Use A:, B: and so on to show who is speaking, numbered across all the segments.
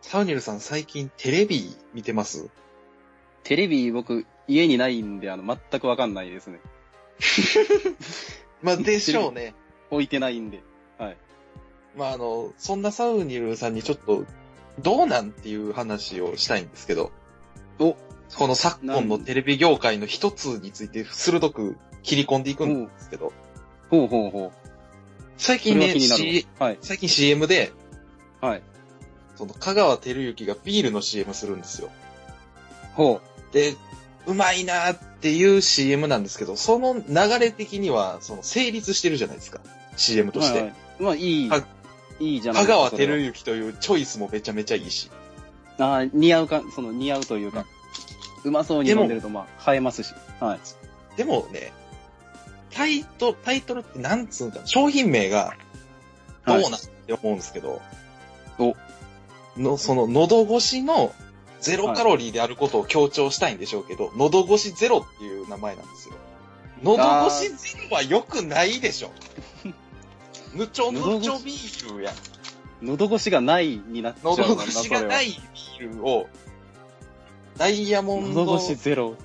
A: サウニルさん最近テレビ見てます
B: テレビ僕、家にないんで、あの、全くわかんないですね。
A: まあ、でしょうね。
B: 置いてないんで。
A: まあ、あの、そんなサウニルさんにちょっと、どうなんっていう話をしたいんですけど。
B: お
A: この昨今のテレビ業界の一つについて鋭く切り込んでいくんですけど。
B: ほうほうほう。
A: 最近
B: それ
A: ね
B: は、気になる
A: C-
B: わ。はい。
A: 最近 CM で、
B: はい。
A: その香川照之がビールの CM するんですよ。
B: ほ
A: で、うまいなーっていう CM なんですけど、その流れ的には、その成立してるじゃないですか。CM
B: う。
A: として。
B: はいはいまあ、いい
A: は。
B: いいじゃない
A: 香川
B: それは
A: 照之というチョイスもめちゃめちゃいいし。
B: ああ、似合うか、その似合うというか、うまそうに飲んでると、まあ、映えますし。はい。
A: でもね、タイト、タイトルってなんつうんか、商品名がどうなんって思うんですけど、
B: お
A: の、その喉越しのゼロカロリーであることを強調したいんでしょうけど、喉越しゼロっていう名前なんですよ。喉越しゼロは良くないで しょ。ぬちょぬちょビールやん。
B: 喉越しがないになっちゃう
A: 喉
B: もんな、
A: 越し
B: それ
A: が
B: は。
A: ないビールを、ダイヤモンド、
B: 喉越しゼロ。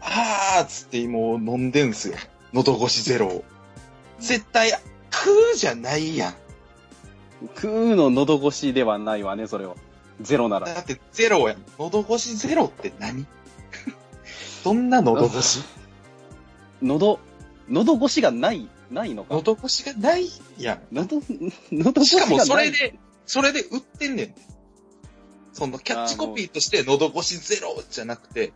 A: あーっつってもう飲んでんすよ。喉越しゼロを。絶対、食うじゃないやん。
B: 食うの喉越しではないわね、それは。ゼロなら。
A: だってゼロやん。喉越しゼロって何 どんな喉越し
B: 喉、喉越しがない、ないのか。
A: 喉越しがないやん。
B: 喉、喉越し
A: し
B: がな
A: か
B: い。
A: もそれで、それで売ってんねん。そのキャッチコピーとして喉越しゼロじゃなくて、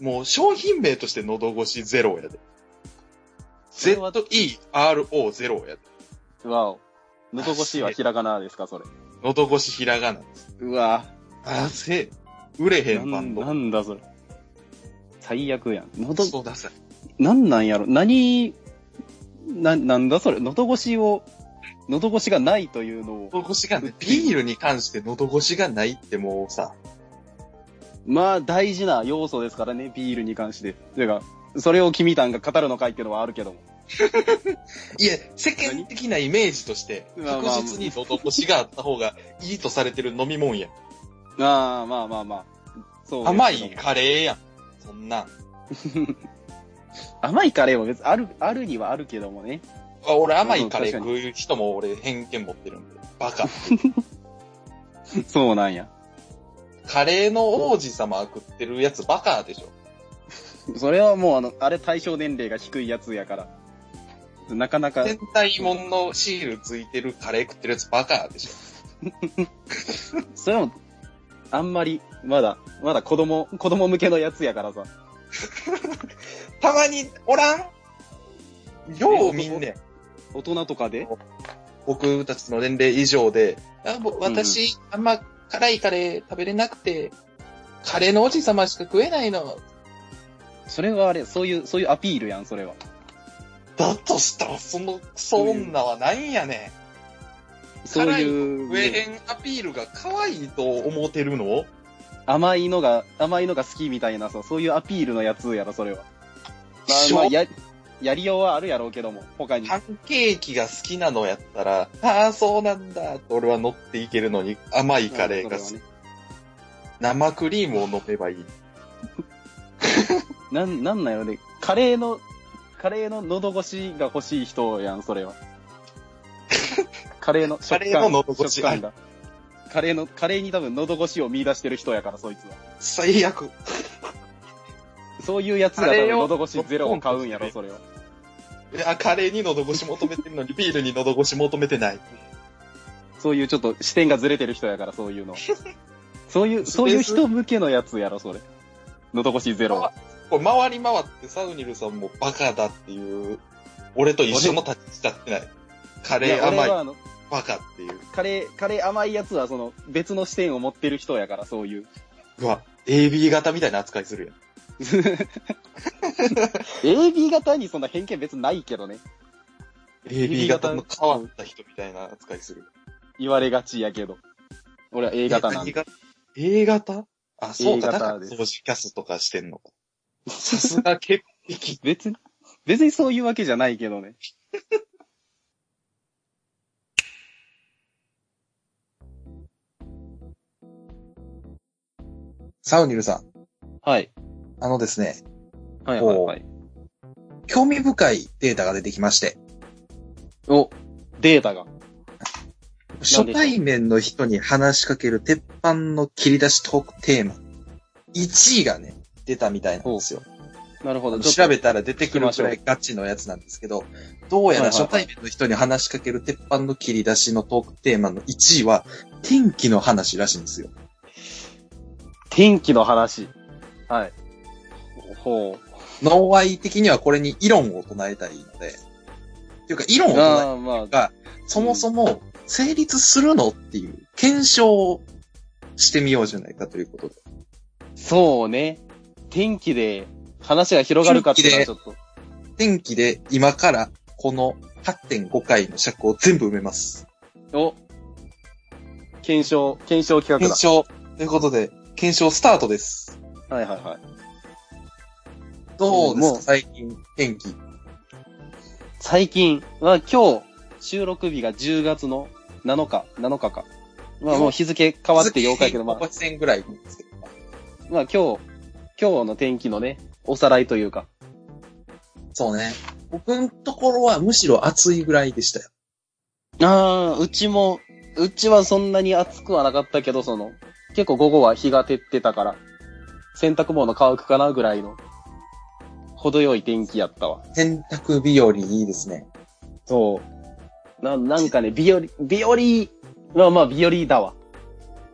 A: もう商品名として喉越しゼロやで。
B: それは、
A: ZERO ゼロやで。
B: わお。喉越しはひらがなですか、それ。
A: 喉越しひらがな。
B: うわ
A: あせ、売れへ
B: なん
A: バンド。
B: なんだそれ。最悪やん。喉、
A: そうださ。
B: なんなんやろ何、な、なんだそれ、喉越しを、喉越しがないというのを、
A: 喉越しがね、 ビールに関して喉越しがないってもうさ、
B: まあ大事な要素ですからね、ビールに関して。てか、それを君たんが語るのかいっていうのはあるけども。
A: いや、世間的なイメージとして、
B: まあ
A: 確
B: まあ
A: 実に喉越しがあった方がいいとされてる飲み物や。
B: ああ、まあまあまあ。そうですけども
A: 甘いカレーやん。そんなん。
B: 甘いカレーは別にある、あるにはあるけどもね。
A: あ俺甘いカレー
B: うん確
A: 食う人も俺偏見持ってるんで。バカ。
B: そうなんや。
A: カレーの王子様食ってるやつバカでしょ。
B: それはもうあの、あれ対象年齢が低いやつやから。なかなか、
A: 戦隊もんのシールついてるカレー食ってるやつバカでしょ。
B: それも、あんまり、まだ、まだ子供、子供向けのやつやからさ。
A: たまにおらんようみんねん。
B: 大人とかで
A: 僕たちの年齢以上で、あぼ私、あんま辛いカレー食べれなくて、カレーのおじさましか食えないの。
B: それはあれ、そういう、そういうアピールやん、それは。
A: だとしたら、そのクソ女はなんやね
B: そうい
A: ん。食えへ
B: う、
A: んアピールが可愛いと思ってるの
B: 甘いのが、甘いのが好きみたいなさ、そういうアピールのやつやろ、それは。ま
A: し
B: あ、
A: ょ
B: まあ、や、やりようはあるやろうけども、他に。
A: パンケーキが好きなのやったら、ああ、そうなんだ、と俺は乗っていけるのに、甘いカレーが好き
B: それはね
A: 生クリームを飲めばいい。
B: なん、なんなんやろね。カレーの、カレーの喉越しが欲しい人やん、そ れは。カレーの食感、
A: カレーの喉越し
B: 食感が。カレーの、カレーに多分喉越しを見出してる人やから、そいつは。
A: 最悪。
B: そういうやつが多
A: カレー
B: 分
A: を
B: 喉越しゼロを買うんやろ、それは。
A: いや、カレーに喉越し求めてるのに、ビールに喉越し求めてない。
B: そういうちょっと視点がずれてる人やから、そういうの。そういう、そういう人向けのやつやろ、それ。喉越しゼロは。
A: これ回り回ってサウニルさんもバカだっていう、俺と一緒の立ちしちゃってない。カ
B: い
A: レー
B: や俺
A: 甘い
B: はあの、
A: バカっていう。
B: カレー、カレー甘いやつは、その、別の視点を持ってる人やから、そういう。
A: うわ、AB 型みたいな扱いするやん。
B: AB 型にそんな偏見別にないけどね。
A: AB 型の変わった人みたいな扱いする。
B: 言われがちやけど。俺は A 型なんで。
A: で。A 型あ、そうか、だ
B: A 型
A: から
B: です
A: 掃除キャスとかしてんのか。 さすが潔癖。
B: 別に、別にそういうわけじゃないけどね。
A: サウニルさん。
B: はい。
A: あのですね、
B: はいはいはい。
A: 興味深いデータが出てきまして、
B: お、データが。しょう
A: 初対面の人に話しかける鉄板の切り出しトークテーマ、1位がね、出たみたいなんですよ。
B: なるほど。
A: 調べ
B: て。
A: たら出てくるくらいガチのやつなんですけど、どうやら
B: はいはいはい
A: 初対面の人に話しかける鉄板の切り出しのトークテーマの1位は、天気の話らしいんですよ。
B: 天気の話。はい。ほう。
A: 脳愛的にはこれに異論を唱えたいので、っていうか、異論を唱え
B: ああ、まあ、
A: が、そもそも成立するのっていう検証をしてみようじゃないかということで。
B: そうね。天気で話が広がるかっていうのはちょっと。
A: 天気で今からこの8.5回の尺を全部埋めます。
B: お。検証、検証企画だ
A: 検。証。ということで、検証スタートです。
B: はいはいはい。
A: どうです
B: も
A: か
B: う
A: 最近、天気。
B: 最近は今日、収録日が10月の7日、7日か。まあもう日付変わって8日やけど、まあ、
A: 5線ぐらいなんですけど。
B: まあ今日、今日の天気のね、おさらいというか。
A: そうね。僕のところはむしろ暑いぐらいでしたよ。
B: ああ、うちも、うちはそんなに暑くはなかったけど、その、結構午後は日が照ってたから、洗濯物乾くかなぐらいの、程よい天気やったわ。
A: 洗濯日和いいですね。
B: そう。な、なんかね、日和、日和、まあまあ日和だわ。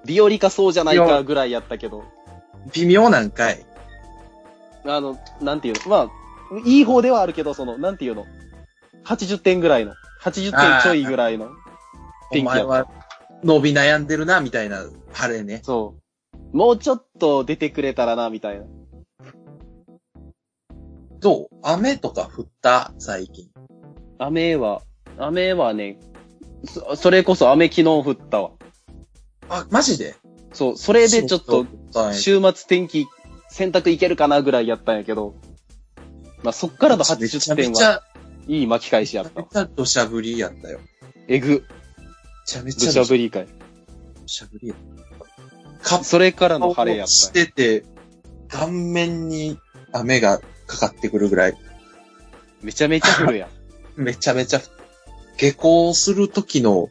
B: 日和かそうじゃないかぐらいやったけど、
A: 微妙なんかい。
B: あの、なんていうの、まあ、いい方ではあるけど、その、なんていうの、80点ぐらいの、80点ちょいぐらいの、
A: お
B: 天気やった
A: 前は伸び悩んでるな、みたいな晴れね。
B: そう。もうちょっと出てくれたらな、みたいな。
A: どう雨とか降った最近。
B: 雨は、雨はね、そそれこそ雨昨日降ったわ。
A: あ、マジで
B: そう、それでちょっと、
A: そう
B: 週末天気、洗濯いけるかなぐらいやったんやけど、まあそっからの
A: めち
B: 80
A: ゃめ
B: 点
A: ち
B: は、
A: ゃ、
B: いい巻き返しや
A: め
B: っ
A: ち
B: た
A: ゃ
B: わ
A: め。ちゃ土砂降りやったよ。め
B: えぐ、
A: ちゃめち
B: 土
A: ゃ
B: 砂
A: 土
B: 降り会。
A: 砂降りやった。カッ
B: それから
A: パ
B: の
A: を
B: 晴れやっ
A: した
B: んや。
A: てて、顔面に雨がかかってくるぐらい、
B: めちゃめちゃ降るやん。
A: めちゃめちゃ、下校する時の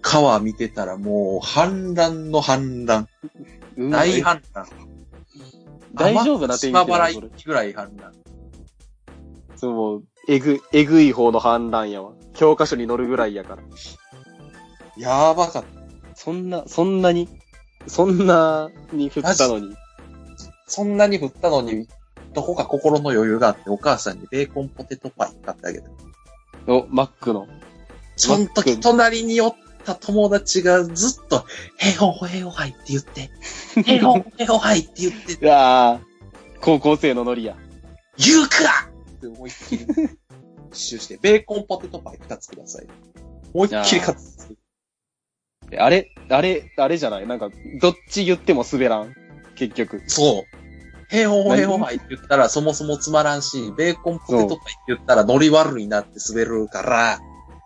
A: 川見てたらもう氾濫の氾濫。
B: うわ
A: 大氾濫。
B: 大丈夫な天気
A: だ島
B: だな
A: 原
B: それ
A: 行きぐらい氾濫。
B: そう、もうえぐ、えぐい方の氾濫やわ。教科書に載るぐらいやから。
A: やばかった。
B: そんな、そんなに、そんなに降ったのに。
A: そんなに振ったのに、どこか心の余裕があって、お母さんにベーコンポテトパイ買ってあげた。
B: お、マックの。
A: その時、隣におった友達がずっと、ヘホホヘホハイって言 って、ヘホホヘホハイって言って、
B: いやー、高校生のノリや。
A: 言うかって思いっきり、一周して、ベーコンポテトパイ二つください。思いっきり買って
B: あれ、あれ、あれじゃないなんか、どっち言っても滑らん。結局。
A: そう。ヘホホヘホハイって言ったら、そもそもつまらんし、ベーコンポテトパイって言ったら、ノリ悪いなって滑るから、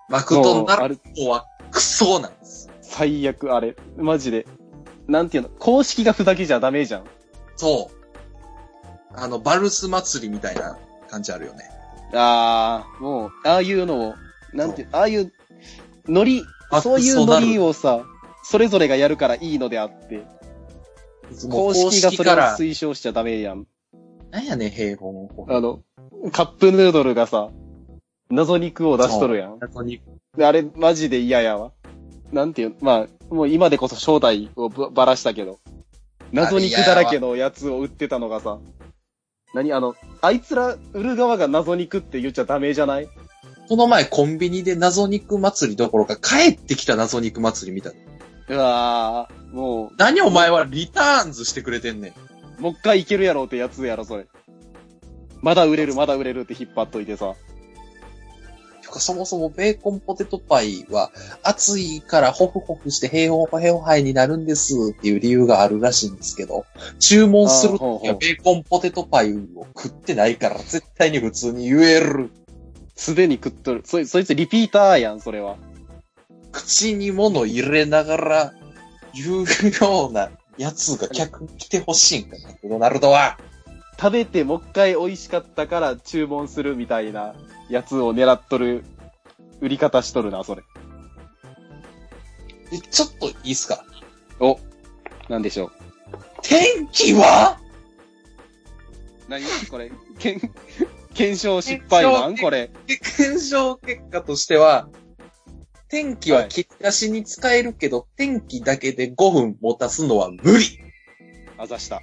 A: マクド
B: そう
A: ナ
B: あ
A: ル
B: れ、
A: ドはクソなんです。
B: 最悪あれ。マジで。なんていうの公式がふざけじゃダメじゃん。
A: そう。あの、バルス祭りみたいな感じあるよね。
B: あー、もう、ああいうのを、なんていう、ああいう、ノリ
A: あ、
B: そうい
A: そううな
B: ノ
A: る
B: リをさ、それぞれがやるからいいのであって、
A: もう
B: 公式がそれを
A: から、
B: 推奨しちゃダメやん。
A: なんやねん、平凡
B: あの、カップヌードルがさ、謎肉を出しとるやん。
A: 謎に、
B: であれ、マジで嫌やわ。なんていう、まあ、もう今でこそ正体をばばらしたけど、謎肉だらけのやつを売ってたのがさ、何あの、あいつら売る側が謎肉って言っちゃダメじゃない
A: この前コンビニで謎肉祭りどころか帰ってきた謎肉祭りみたいな。
B: うわー、も
A: 何お前はリターンズしてくれてんねん。
B: う、もう一回いけるやろってやつやろ、それ。まだ売れる、まだ売れるって引っ張っといてさ。
A: てかそもそもベーコンポテトパイは熱いからホフホフして平凡ホヘオハイになるんですっていう理由があるらしいんですけど、注文するとき
B: あーほう
A: は
B: ほう
A: ベーコンポテトパイを食ってないから絶対に普通に言える。
B: すでに食っとる。そい、そいつリピーターやん、それは。
A: 口に物入れながら言うようなやつが客に来てほしいんかな、ロナルドは。
B: 食べてもう一回美味しかったから注文するみたいなやつを狙っとる売り方しとるな、それ。
A: えちょっといいっすか
B: お、なんでしょう。
A: 天気は
B: 何これ、検、 検証失敗な
A: 検
B: ん
A: 証
B: これ。
A: で検証結果としては、天気は
B: はい
A: 切り出しに使えるけど、天気だけで5分持たすのは無理。
B: あざした。